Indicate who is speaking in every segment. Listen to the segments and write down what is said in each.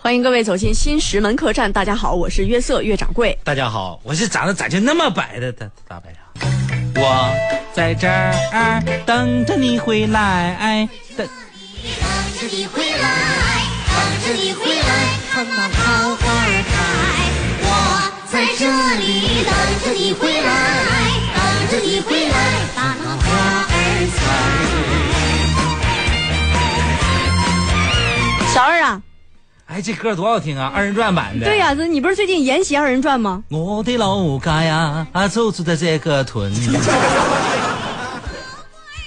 Speaker 1: 欢迎各位走进新石门客栈。大家好，我是约瑟岳掌柜。
Speaker 2: 大家好，我是长得咋就那么白的大大白呀、我在这儿等着你回来，哎等
Speaker 3: 等着你回来，等着你回来，看那桃花儿开。我在这里等着你回来，等着你回来，把那花儿采。
Speaker 1: 小二啊，
Speaker 2: 哎，这歌多好听啊，二人转版的。
Speaker 1: 对、呀、这你不是最近研习二人转吗？
Speaker 2: 我的老家呀，啊，就住在这个屯。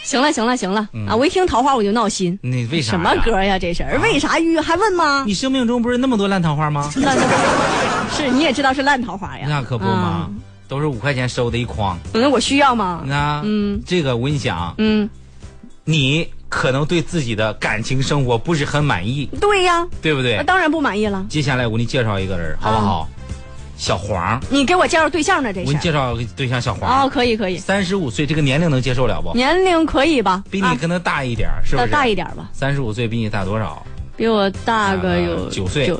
Speaker 1: 行了，行了，行了、啊！我一听桃花我就闹心，
Speaker 2: 你为啥？
Speaker 1: 什么歌？呀？啊这是、为啥约还问吗？
Speaker 2: 你生命中不是那么多烂桃花吗？
Speaker 1: 烂 是你也知道是烂桃花呀？
Speaker 2: 那可不嘛，都是五块钱收的一筐。
Speaker 1: 嗯。嗯，我需要吗？
Speaker 2: 那
Speaker 1: 嗯，
Speaker 2: 这个我跟你讲，啊
Speaker 1: 嗯，
Speaker 2: 你可能对自己的感情生活不是很满意，
Speaker 1: 对呀，
Speaker 2: 对不对
Speaker 1: 那？当然不满意了。
Speaker 2: 接下来我给你介绍一个人，好不好？
Speaker 1: 嗯
Speaker 2: 小黄，
Speaker 1: 你给我介绍对象呢？这
Speaker 2: 我给你
Speaker 1: 是
Speaker 2: 介绍个对象小黄。
Speaker 1: 哦，可以可以，
Speaker 2: 三十五岁这个年龄能接受了不？
Speaker 1: 年龄可以吧？
Speaker 2: 比你
Speaker 1: 啊
Speaker 2: 可能大一点儿，是不
Speaker 1: 大
Speaker 2: 是？
Speaker 1: 呃大一点吧，
Speaker 2: 三十五岁比你大多少？
Speaker 1: 比我大个有
Speaker 2: 啊九岁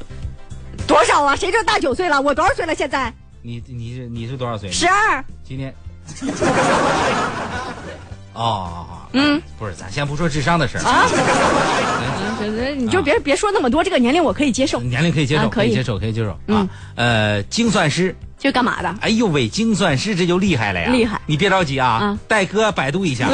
Speaker 1: 多少啊？谁就大九岁了？我多少岁了？现在
Speaker 2: 你你是你是多少岁？
Speaker 1: 十二。
Speaker 2: 今年。 哦，
Speaker 1: 嗯
Speaker 2: 不是，咱先不说智商的事儿，
Speaker 1: 啊，嗯你就别别说那么多，这个年龄我可以接受。
Speaker 2: 年龄可以接受，
Speaker 1: 啊可以
Speaker 2: 接受，可以接受啊
Speaker 1: 嗯。
Speaker 2: 呃，精算师，
Speaker 1: 这干嘛的？
Speaker 2: 哎呦喂，精算师这就厉害了呀！
Speaker 1: 厉害
Speaker 2: 你别着急啊
Speaker 1: 啊，
Speaker 2: 戴哥百度一下。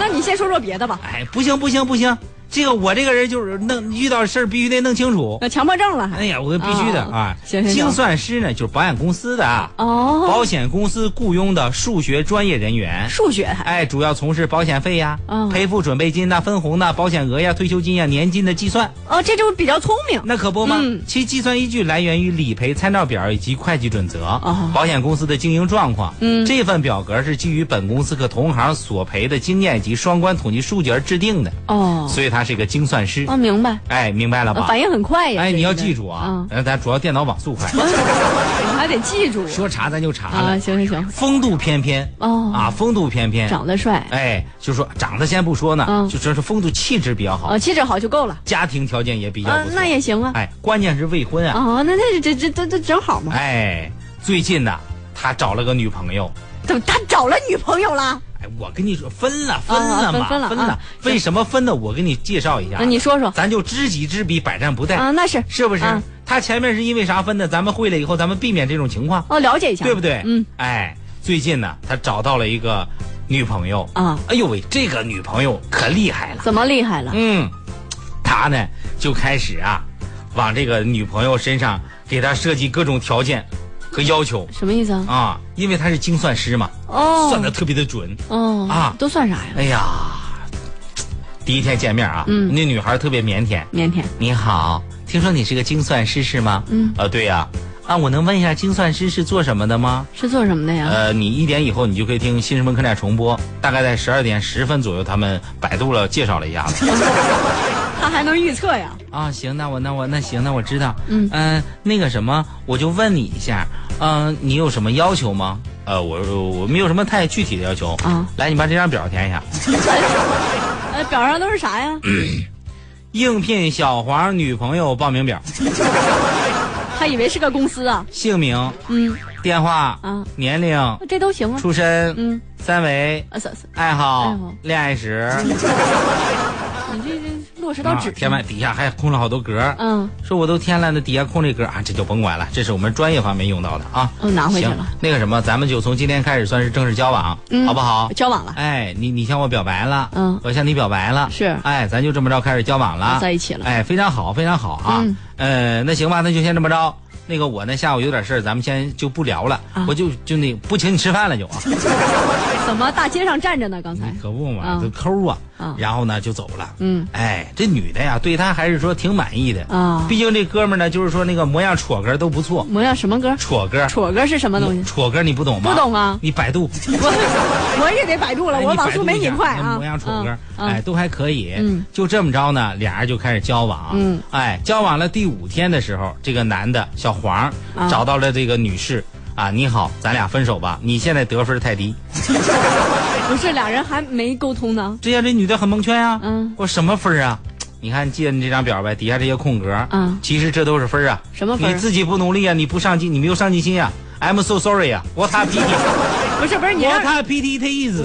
Speaker 1: 那你先说说别的吧。
Speaker 2: 哎，不行不行不行，这个我这个人就是弄遇到事儿必须得弄清楚。
Speaker 1: 那强迫症了
Speaker 2: 哎
Speaker 1: 还？
Speaker 2: 呀，我必须的
Speaker 1: 哦
Speaker 2: 啊！
Speaker 1: 行行行
Speaker 2: 精算师呢，就是保险公司的啊。
Speaker 1: 哦，
Speaker 2: 保险公司雇佣的数学专业人员。
Speaker 1: 数学还
Speaker 2: 哎，主要从事保险费呀、
Speaker 1: 哦
Speaker 2: 赔付准备金呐、分红呐、保险额呀、退休金呀、年金的计算，
Speaker 1: 哦，这就比较聪明。
Speaker 2: 那可不吗？
Speaker 1: 嗯
Speaker 2: 其计算依据来源于理赔参照表以及会计准则，
Speaker 1: 哦
Speaker 2: 保险公司的经营状况。
Speaker 1: 嗯
Speaker 2: 这份表格是基于本公司和同行索赔的经验以及双关统计数据而制定的，
Speaker 1: 哦，
Speaker 2: 所以他是一个精算师。
Speaker 1: 哦，明白，
Speaker 2: 哎，明白了吧？
Speaker 1: 反应很快呀。
Speaker 2: 哎，
Speaker 1: 这
Speaker 2: 你要
Speaker 1: 个人
Speaker 2: 记住啊
Speaker 1: 嗯，
Speaker 2: 呃咱主要电脑网速快，
Speaker 1: 我还得记住
Speaker 2: 说查咱就查
Speaker 1: 啊。
Speaker 2: 了，
Speaker 1: 行行行，
Speaker 2: 风度翩翩
Speaker 1: 哦
Speaker 2: 啊，风度翩翩，
Speaker 1: 长得帅，
Speaker 2: 哎，就说长得先不说呢，
Speaker 1: 嗯
Speaker 2: 就说是风度气质比较好，
Speaker 1: 哦，气质好就够了。
Speaker 2: 家庭条件也比较
Speaker 1: 啊
Speaker 2: 不，错。
Speaker 1: 那也行啊。
Speaker 2: 哎，关键是未婚啊。
Speaker 1: 哦，那那这这这这正好嘛。
Speaker 2: 哎，最近呐，他找了个女朋友。
Speaker 1: 怎么他找了女朋友了？
Speaker 2: 哎，我跟你说，分了，分了嘛，
Speaker 1: 啊分分了啊
Speaker 2: 为什么分呢？我给你介绍一下。
Speaker 1: 啊，你说说
Speaker 2: 咱就知己知彼，百战不殆，
Speaker 1: 啊，那是
Speaker 2: 是不是？
Speaker 1: 啊
Speaker 2: 他前面是因为啥分的？咱们会了以后，咱们避免这种情况，
Speaker 1: 哦，了解一下，
Speaker 2: 对不对？
Speaker 1: 嗯。
Speaker 2: 哎，最近呢，他找到了一个女朋友。
Speaker 1: 啊，
Speaker 2: 哎呦喂，这个女朋友可厉害了。
Speaker 1: 怎么厉害了？
Speaker 2: 嗯，他呢就开始啊，往这个女朋友身上给他设计各种条件和要求
Speaker 1: 什么意思啊？
Speaker 2: 啊，因为他是精算师嘛，
Speaker 1: 哦，
Speaker 2: 算的特别的准。
Speaker 1: 哦
Speaker 2: 啊
Speaker 1: 都算啥呀？
Speaker 2: 哎呀，第一天见面啊，
Speaker 1: 嗯
Speaker 2: 那女孩特别腼腆。
Speaker 1: 腼腆，
Speaker 2: 你好，听说你是个精算师是吗？
Speaker 1: 嗯
Speaker 2: 啊，对呀、啊。我能问一下精算师是做什么的吗？
Speaker 1: 是做什么的呀？
Speaker 2: 呃，你一点以后你就可以听《新人门客栈》重播，大概在十二点十分左右，他们百度了介绍了一下子。
Speaker 1: 他还能预测呀？
Speaker 2: 啊，行，那我那我那行，那我知道。
Speaker 1: 嗯
Speaker 2: 呃那个什么，我就问你一下，嗯、你有什么要求吗？呃，我我没有什么太具体的要求
Speaker 1: 啊
Speaker 2: 来，你把这张表填一下。
Speaker 1: 呃，表上都是啥呀？
Speaker 2: 应聘小黄女朋友报名表，
Speaker 1: 他以为是个公司啊？
Speaker 2: 姓名、
Speaker 1: 嗯，
Speaker 2: 电话、
Speaker 1: 啊
Speaker 2: 年龄、
Speaker 1: 这都行啊。
Speaker 2: 出身、
Speaker 1: 嗯，
Speaker 2: 三围、
Speaker 1: 啊，嫂嫂，
Speaker 2: 爱好、
Speaker 1: 爱好
Speaker 2: 恋爱史。
Speaker 1: 你这这落实到
Speaker 2: 啊
Speaker 1: 纸上。
Speaker 2: 填完底下还空了好多格儿，
Speaker 1: 嗯，
Speaker 2: 说我都填了，那底下空这格儿啊，这就甭管了，这是我们专业方面用到的啊。
Speaker 1: 我哦拿回去
Speaker 2: 行
Speaker 1: 了。，
Speaker 2: 那个什么，咱们就从今天开始算是正式交往，
Speaker 1: 嗯
Speaker 2: 好不好？
Speaker 1: 交往了，
Speaker 2: 哎，你你向我表白了，
Speaker 1: 嗯
Speaker 2: 我向你表白了，
Speaker 1: 是啊
Speaker 2: 哎，咱就这么着开始交往了，
Speaker 1: 在一起了
Speaker 2: 哎，非常好，非常好啊，
Speaker 1: 嗯
Speaker 2: 呃，那行吧，那就先这么着。那个我呢，下午有点事儿，咱们先就不聊了，
Speaker 1: 啊
Speaker 2: 我就就那不请你吃饭了就啊，
Speaker 1: 怎么大街上站着呢？刚才
Speaker 2: 你可不嘛，
Speaker 1: 啊
Speaker 2: 就抠啊，
Speaker 1: 啊
Speaker 2: 然后呢就走了，
Speaker 1: 嗯，
Speaker 2: 哎，这女的呀，对他还是说挺满意的
Speaker 1: 啊
Speaker 2: 毕竟这哥们儿呢，就是说那个模样戳哥都不错，
Speaker 1: 模样什么歌？
Speaker 2: 戳哥，
Speaker 1: 戳歌是什么东西？
Speaker 2: 戳哥你不懂吗？
Speaker 1: 不懂啊
Speaker 2: 你百度。
Speaker 1: 我 我也得百度了，
Speaker 2: 哎
Speaker 1: 我网速没你快
Speaker 2: 百度一下那
Speaker 1: 啊。
Speaker 2: 模样丑
Speaker 1: 嗯
Speaker 2: 哥，
Speaker 1: 嗯
Speaker 2: 哎，都还可以。
Speaker 1: 嗯
Speaker 2: 就这么着呢，俩人就开始交往。
Speaker 1: 嗯，
Speaker 2: 哎，交往了第五天的时候，这个男的小黄
Speaker 1: 啊
Speaker 2: 找到了这个女士啊，你好，咱俩分手吧，你现在得分太低。
Speaker 1: 不是，俩人还没沟通呢。
Speaker 2: 这下这女的很蒙圈啊，
Speaker 1: 嗯
Speaker 2: 我什么分啊？你看，记得你这张表呗，底下这些空格，
Speaker 1: 嗯
Speaker 2: 其实这都是分儿啊。
Speaker 1: 什么分儿
Speaker 2: 你自己不努力啊，你不上进，你没有上进心啊。I'm so sorry 啊，What a pity，What
Speaker 1: 不是不是，你让
Speaker 2: a pity it is。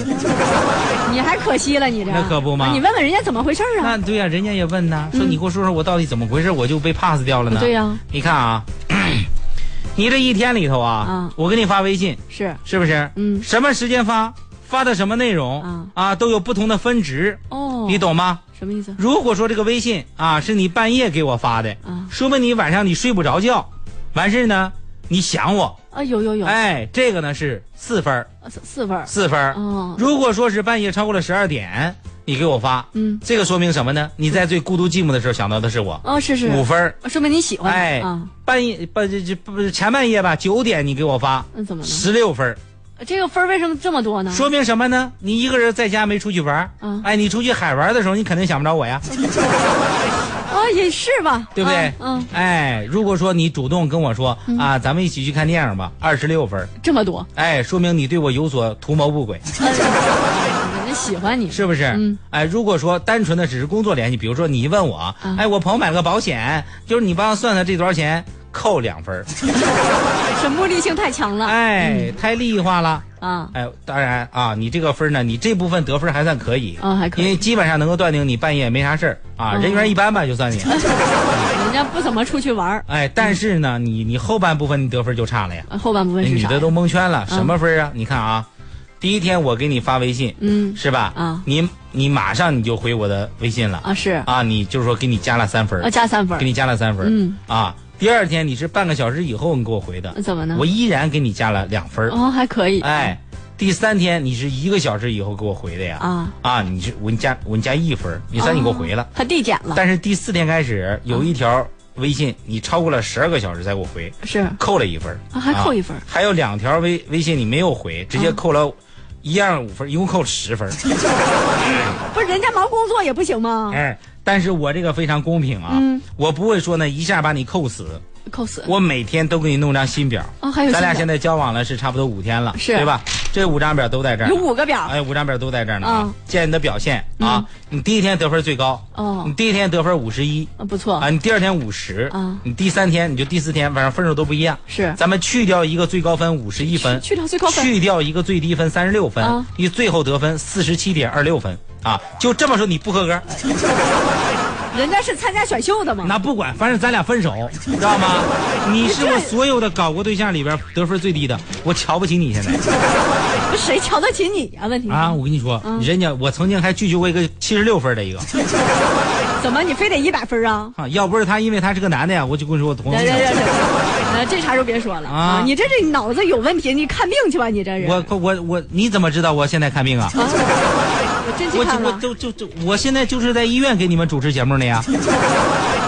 Speaker 1: 你还可惜了，你这啊
Speaker 2: 那可不嘛
Speaker 1: 你问问人家怎么回事儿啊？
Speaker 2: 那对呀、人家也问呐，说你给我说说我到底怎么回事，我就被 pass 掉了呢。
Speaker 1: 嗯对呀
Speaker 2: 你看啊， 你这一天里头啊，
Speaker 1: 嗯
Speaker 2: 我给你发微信，
Speaker 1: 是
Speaker 2: 是不是？
Speaker 1: 嗯
Speaker 2: 什么时间发，发的什么内容、
Speaker 1: 嗯
Speaker 2: 啊，都有不同的分值，
Speaker 1: 哦，
Speaker 2: 你懂吗？
Speaker 1: 什么意思？
Speaker 2: 如果说这个微信啊是你半夜给我发的，
Speaker 1: 嗯
Speaker 2: 说明你晚上你睡不着觉，完事呢你想我，
Speaker 1: 啊，有有有，啊
Speaker 2: 哎，这个呢是四分儿
Speaker 1: 四四分儿，
Speaker 2: 四分儿。
Speaker 1: 哦，
Speaker 2: 如果说是半夜超过了十二点，你给我发，
Speaker 1: 嗯，
Speaker 2: 这个说明什么呢？你在最孤独寂寞的时候想到的是我，
Speaker 1: 哦是是，
Speaker 2: 五分儿。
Speaker 1: 说明你喜欢，
Speaker 2: 哎
Speaker 1: 啊，，
Speaker 2: 半夜不这这不是前半夜吧，九点你给我发
Speaker 1: 那怎么了？
Speaker 2: 十六分儿，
Speaker 1: 这个分儿为什么这么多呢？
Speaker 2: 说明什么呢？你一个人在家没出去玩儿
Speaker 1: 嗯，
Speaker 2: 哎，你出去海玩的时候，你肯定想不着我呀，
Speaker 1: 啊，也是吧，
Speaker 2: 对不对
Speaker 1: 啊？嗯，
Speaker 2: 哎，如果说你主动跟我说啊，咱们一起去看电影吧，二十六分儿，
Speaker 1: 这么 多，呃
Speaker 2: 哎，说明你对我有所图谋不 轨，
Speaker 1: 人家喜欢你，
Speaker 2: 是不是？
Speaker 1: 嗯
Speaker 2: 哎，如果说单纯的只是工作联系，比如说你一问我，
Speaker 1: 嗯
Speaker 2: 哎，我朋友买个保险，就是你帮我算算这多少钱，扣两 分儿，
Speaker 1: 是目的性太强了，
Speaker 2: 哎，太利益化了。
Speaker 1: 啊
Speaker 2: 哎，当然啊，你这个分儿呢，你这部分得分儿还算可以，
Speaker 1: 啊，还可
Speaker 2: 因
Speaker 1: 以，
Speaker 2: 为基本上能够断定你半夜没啥事儿啊，
Speaker 1: 嗯
Speaker 2: 人缘一般吧，就 算你。
Speaker 1: 人家不怎么出去玩儿，
Speaker 2: 哎，但是呢，你你后半部分你得分儿就差了呀，
Speaker 1: 啊后半部分
Speaker 2: 那
Speaker 1: 是
Speaker 2: 女
Speaker 1: 啥呀？
Speaker 2: 哎的都蒙圈了，
Speaker 1: 嗯
Speaker 2: 什么分儿啊？你看啊，第一天我给你发微信
Speaker 1: 嗯
Speaker 2: 是吧？
Speaker 1: 啊
Speaker 2: 你你马上你就回我的微信了
Speaker 1: 啊是
Speaker 2: 啊，你就是说给你加了三分儿
Speaker 1: 啊，，加三分
Speaker 2: 给
Speaker 1: 儿，
Speaker 2: 你加了三分儿，
Speaker 1: 嗯啊
Speaker 2: 啊，第二天你是半个小时以后你给我回的，
Speaker 1: 怎么呢
Speaker 2: 我？依然给你加了两分儿，
Speaker 1: 哦，还可以，
Speaker 2: 哎，第三天你是一个小时以后给我回的呀？
Speaker 1: 啊哦
Speaker 2: 啊，你是我你加我你加一分儿，你算你给我回了。
Speaker 1: 他递减了，
Speaker 2: 但是第四天开
Speaker 1: 啊
Speaker 2: 始有一条微信你超过了十二个小时才给我回，
Speaker 1: 是啊，
Speaker 2: 扣了一分儿，
Speaker 1: 还扣一分啊儿
Speaker 2: 啊。还有两条微微信你没有回，直接扣了。一样五分儿，一共扣十分儿。
Speaker 1: 不是人家忙工作也不行吗？
Speaker 2: 啊哎，但是我这个非常公平啊，
Speaker 1: 嗯
Speaker 2: 我不会说呢一下把你扣死，
Speaker 1: 扣死
Speaker 2: 我每天都给你弄张新表。
Speaker 1: 哦还有
Speaker 2: 咱俩
Speaker 1: 新表
Speaker 2: 现在交往了是差不多五天了，
Speaker 1: 是
Speaker 2: 对吧？这五张表都在这儿呢，
Speaker 1: 有五个表，
Speaker 2: 哎，五张表都在这儿呢啊
Speaker 1: 嗯！
Speaker 2: 见你的表现啊，你第一天得分最高，
Speaker 1: 哦
Speaker 2: 你第一天得分五十一
Speaker 1: 啊不错
Speaker 2: 啊，你第二天五十
Speaker 1: 嗯，
Speaker 2: 你第三天你就第四天，反正分数都不一样。
Speaker 1: 是
Speaker 2: 咱们去掉一个最高分五十一分，
Speaker 1: 去掉最高分
Speaker 2: 去掉一个最低分三十六分
Speaker 1: 嗯，
Speaker 2: 你最后得分四十七点二六分啊！就这么说你不合格，
Speaker 1: 人家是参加选秀的嘛，
Speaker 2: 那不管，反正咱俩分手，知道吗？你是我
Speaker 1: 这
Speaker 2: 所有的搞过对象里边得分最低的，我瞧不起你现在。
Speaker 1: 谁瞧得起你呀、问题是
Speaker 2: 啊，我跟你说，
Speaker 1: 嗯
Speaker 2: 人家我曾经还拒绝过一个七十六分的一个
Speaker 1: 怎么你非得一百分啊？
Speaker 2: 啊，要不是他，因为他是个男的呀，我就跟你说我同
Speaker 1: 这这
Speaker 2: 事。
Speaker 1: 这这，呃，这茬就别说了
Speaker 2: 啊
Speaker 1: 啊！你这这脑子有问题，你看病去吧，你这人。
Speaker 2: 我我我，你怎么知道我现在看 病啊？
Speaker 1: 啊，我真去
Speaker 2: 我就
Speaker 1: 看
Speaker 2: 我
Speaker 1: 了。
Speaker 2: 就就就，我现在就是在医院给你们主持节目 呢呀。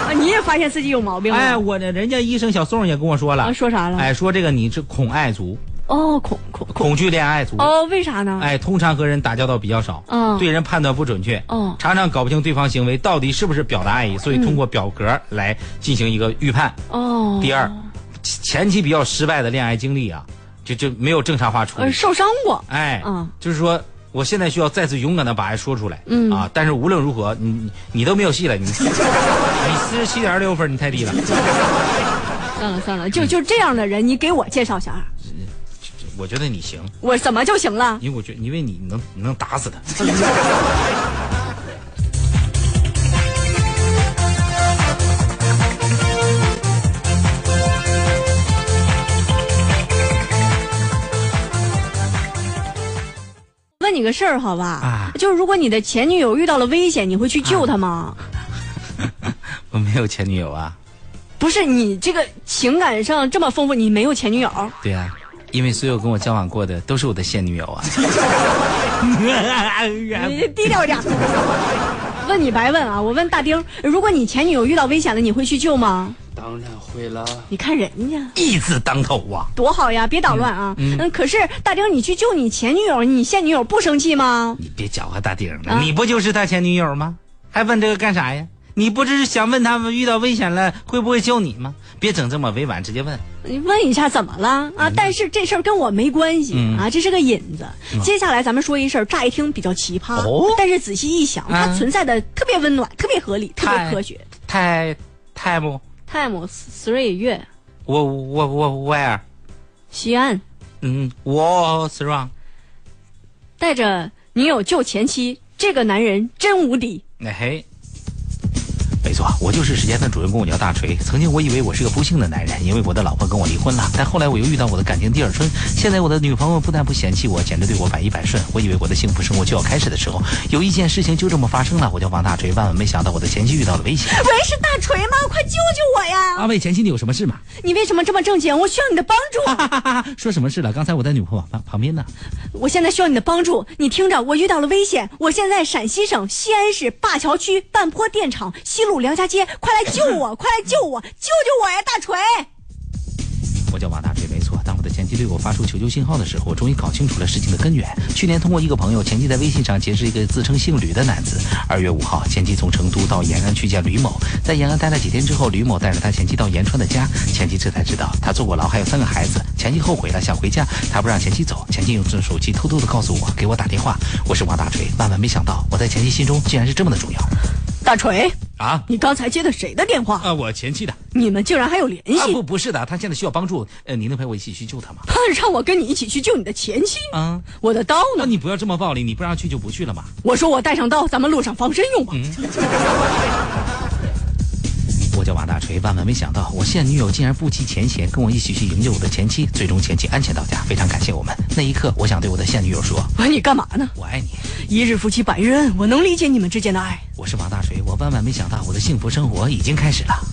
Speaker 1: 啊，你也发现自己有毛病了？
Speaker 2: 哎，我呢，人家医生小宋也跟我说了
Speaker 1: 啊，，说啥了？
Speaker 2: 哎，说这个你是恐爱族，
Speaker 1: 哦，恐恐
Speaker 2: 恐惧恋爱族，
Speaker 1: 哦，为啥呢？
Speaker 2: 哎，通常和人打交道比较少，
Speaker 1: 嗯
Speaker 2: 对人判断不准确，
Speaker 1: 哦
Speaker 2: 常常搞不清对方行为到底是不是表达爱意，所以通过表格来进行一个预判。
Speaker 1: 嗯哦，
Speaker 2: 第二，前前期比较失败的恋爱经历啊，就就没有正常化处
Speaker 1: 呃，
Speaker 2: 理。
Speaker 1: 受伤过。
Speaker 2: 哎，
Speaker 1: 嗯
Speaker 2: 就是说我现在需要再次勇敢的把爱说出来。嗯啊，但是无论如何，你你你都没有 戏了，你你四十七点六分，你太低了。
Speaker 1: 算了算了，
Speaker 2: 嗯
Speaker 1: 就就这样的人，你给我介绍啥？
Speaker 2: 我觉得你行，
Speaker 1: 我怎么就行了？
Speaker 2: 因为我觉得因为你能你能打死他。
Speaker 1: 问你个事儿，好吧？
Speaker 2: 啊
Speaker 1: 就是如果你的前女友遇到了危险，你会去救她吗？
Speaker 2: 我没有前女友啊，
Speaker 1: 不是你这个情感上这么丰富，你没有前女友？
Speaker 2: 对啊，因为所有跟我交往过的都是我的现女友啊。
Speaker 1: 你低调一点。 问你白问啊！我问大丁，如果你前女友遇到危险了，你会去救吗？
Speaker 4: 当然会了，
Speaker 1: 你看人家
Speaker 2: 义字当头啊，
Speaker 1: 多好呀，别捣乱啊！嗯，可是大丁，你去救你前女友，你现女友不生气吗？
Speaker 2: 你别搅和大丁了，
Speaker 1: 啊
Speaker 2: 你不就是他前女友吗？还问这个干啥呀？你不是想问他们遇到危险了会不会救你吗？别整这么委婉，直接问。
Speaker 1: 你问一下怎么了啊？但是这事儿跟我没关系、啊，这是个引子。接下来咱们说一事儿，乍一听比较奇葩，
Speaker 2: 哦
Speaker 1: 但是仔细一想，
Speaker 2: 啊
Speaker 1: 它存在的特别温暖、特别合理、特别
Speaker 2: 太
Speaker 1: 科学。
Speaker 2: 太太不，
Speaker 1: Time three 月，
Speaker 2: 我我我 where？
Speaker 1: 西安
Speaker 2: 嗯，我 strong。
Speaker 1: 带着女友救前妻，这个男人真无敌。
Speaker 2: 哎嘿。没错，我就是时间的主人公，我叫大锤。曾经我以为我是个不幸的男人，因为我的老婆跟我离婚了。但后来我又遇到我的感情第二春，现在我的女朋友不但不嫌弃我，简直对我百依百顺。我以为我的幸福生活就要开始的时候，有一件事情就这么发生了。我叫王大锤，万万没想到我的前妻遇到了危险。
Speaker 1: 喂，是大锤吗？快救救我呀！
Speaker 2: 阿伟，前妻你有什么事吗？
Speaker 1: 你为什么这么正经？我需要你的帮助，啊
Speaker 2: 说什么事了？刚才我在女朋友旁旁边呢。
Speaker 1: 我现在需要你的帮助。你听着，我遇到了危险，我现在陕西省西安市灞桥区半坡电厂西路梁家街，快来救我！快来救我！救救我呀，大锤！
Speaker 2: 我叫王大锤，没错。当我的前妻对我发出求救信号的时候，我终于搞清楚了事情的根源。去年通过一个朋友，前妻在微信上结识一个自称姓吕的男子。二月五号，前妻从成都到延安去见吕某，在延安待了几天之后，吕某带着他前妻到延川的家，前妻这才知道他坐过牢，还有三个孩子。前妻后悔了，想回家，他不让前妻走，前妻用这手机偷偷的告诉我，给我打电话。我是王大锤，万万没想到，我在前妻心中竟然是这么的重要
Speaker 1: 大锤，
Speaker 2: 啊！
Speaker 1: 你刚才接的谁的电话？
Speaker 2: 啊，我前妻的
Speaker 1: 你们竟然还有联
Speaker 2: 啊，
Speaker 1: 系？
Speaker 2: 不不是的，他现在需要帮助，呃，你能陪我一起去救他吗？
Speaker 1: 他让我跟你一起去救你的前妻。
Speaker 2: 啊。
Speaker 1: 我的刀
Speaker 2: 那
Speaker 1: 呢？
Speaker 2: 你不要这么暴力，你不让去就不去了嘛。
Speaker 1: 我说我带上刀，咱们路上防身用吧。
Speaker 2: 我叫王大锤，万万没想到，我现女友竟然不计前嫌，跟我一起去营救我的前妻，最终前妻安全到家，非常感谢我们。那一刻，我想对我的现女友说，
Speaker 1: 喂，哎你干嘛呢？
Speaker 2: 我爱你。
Speaker 1: 一日夫妻百日恩，我能理解你们之间的爱。
Speaker 2: 我是王大锤，我万万没想到，我的幸福生活已经开始了。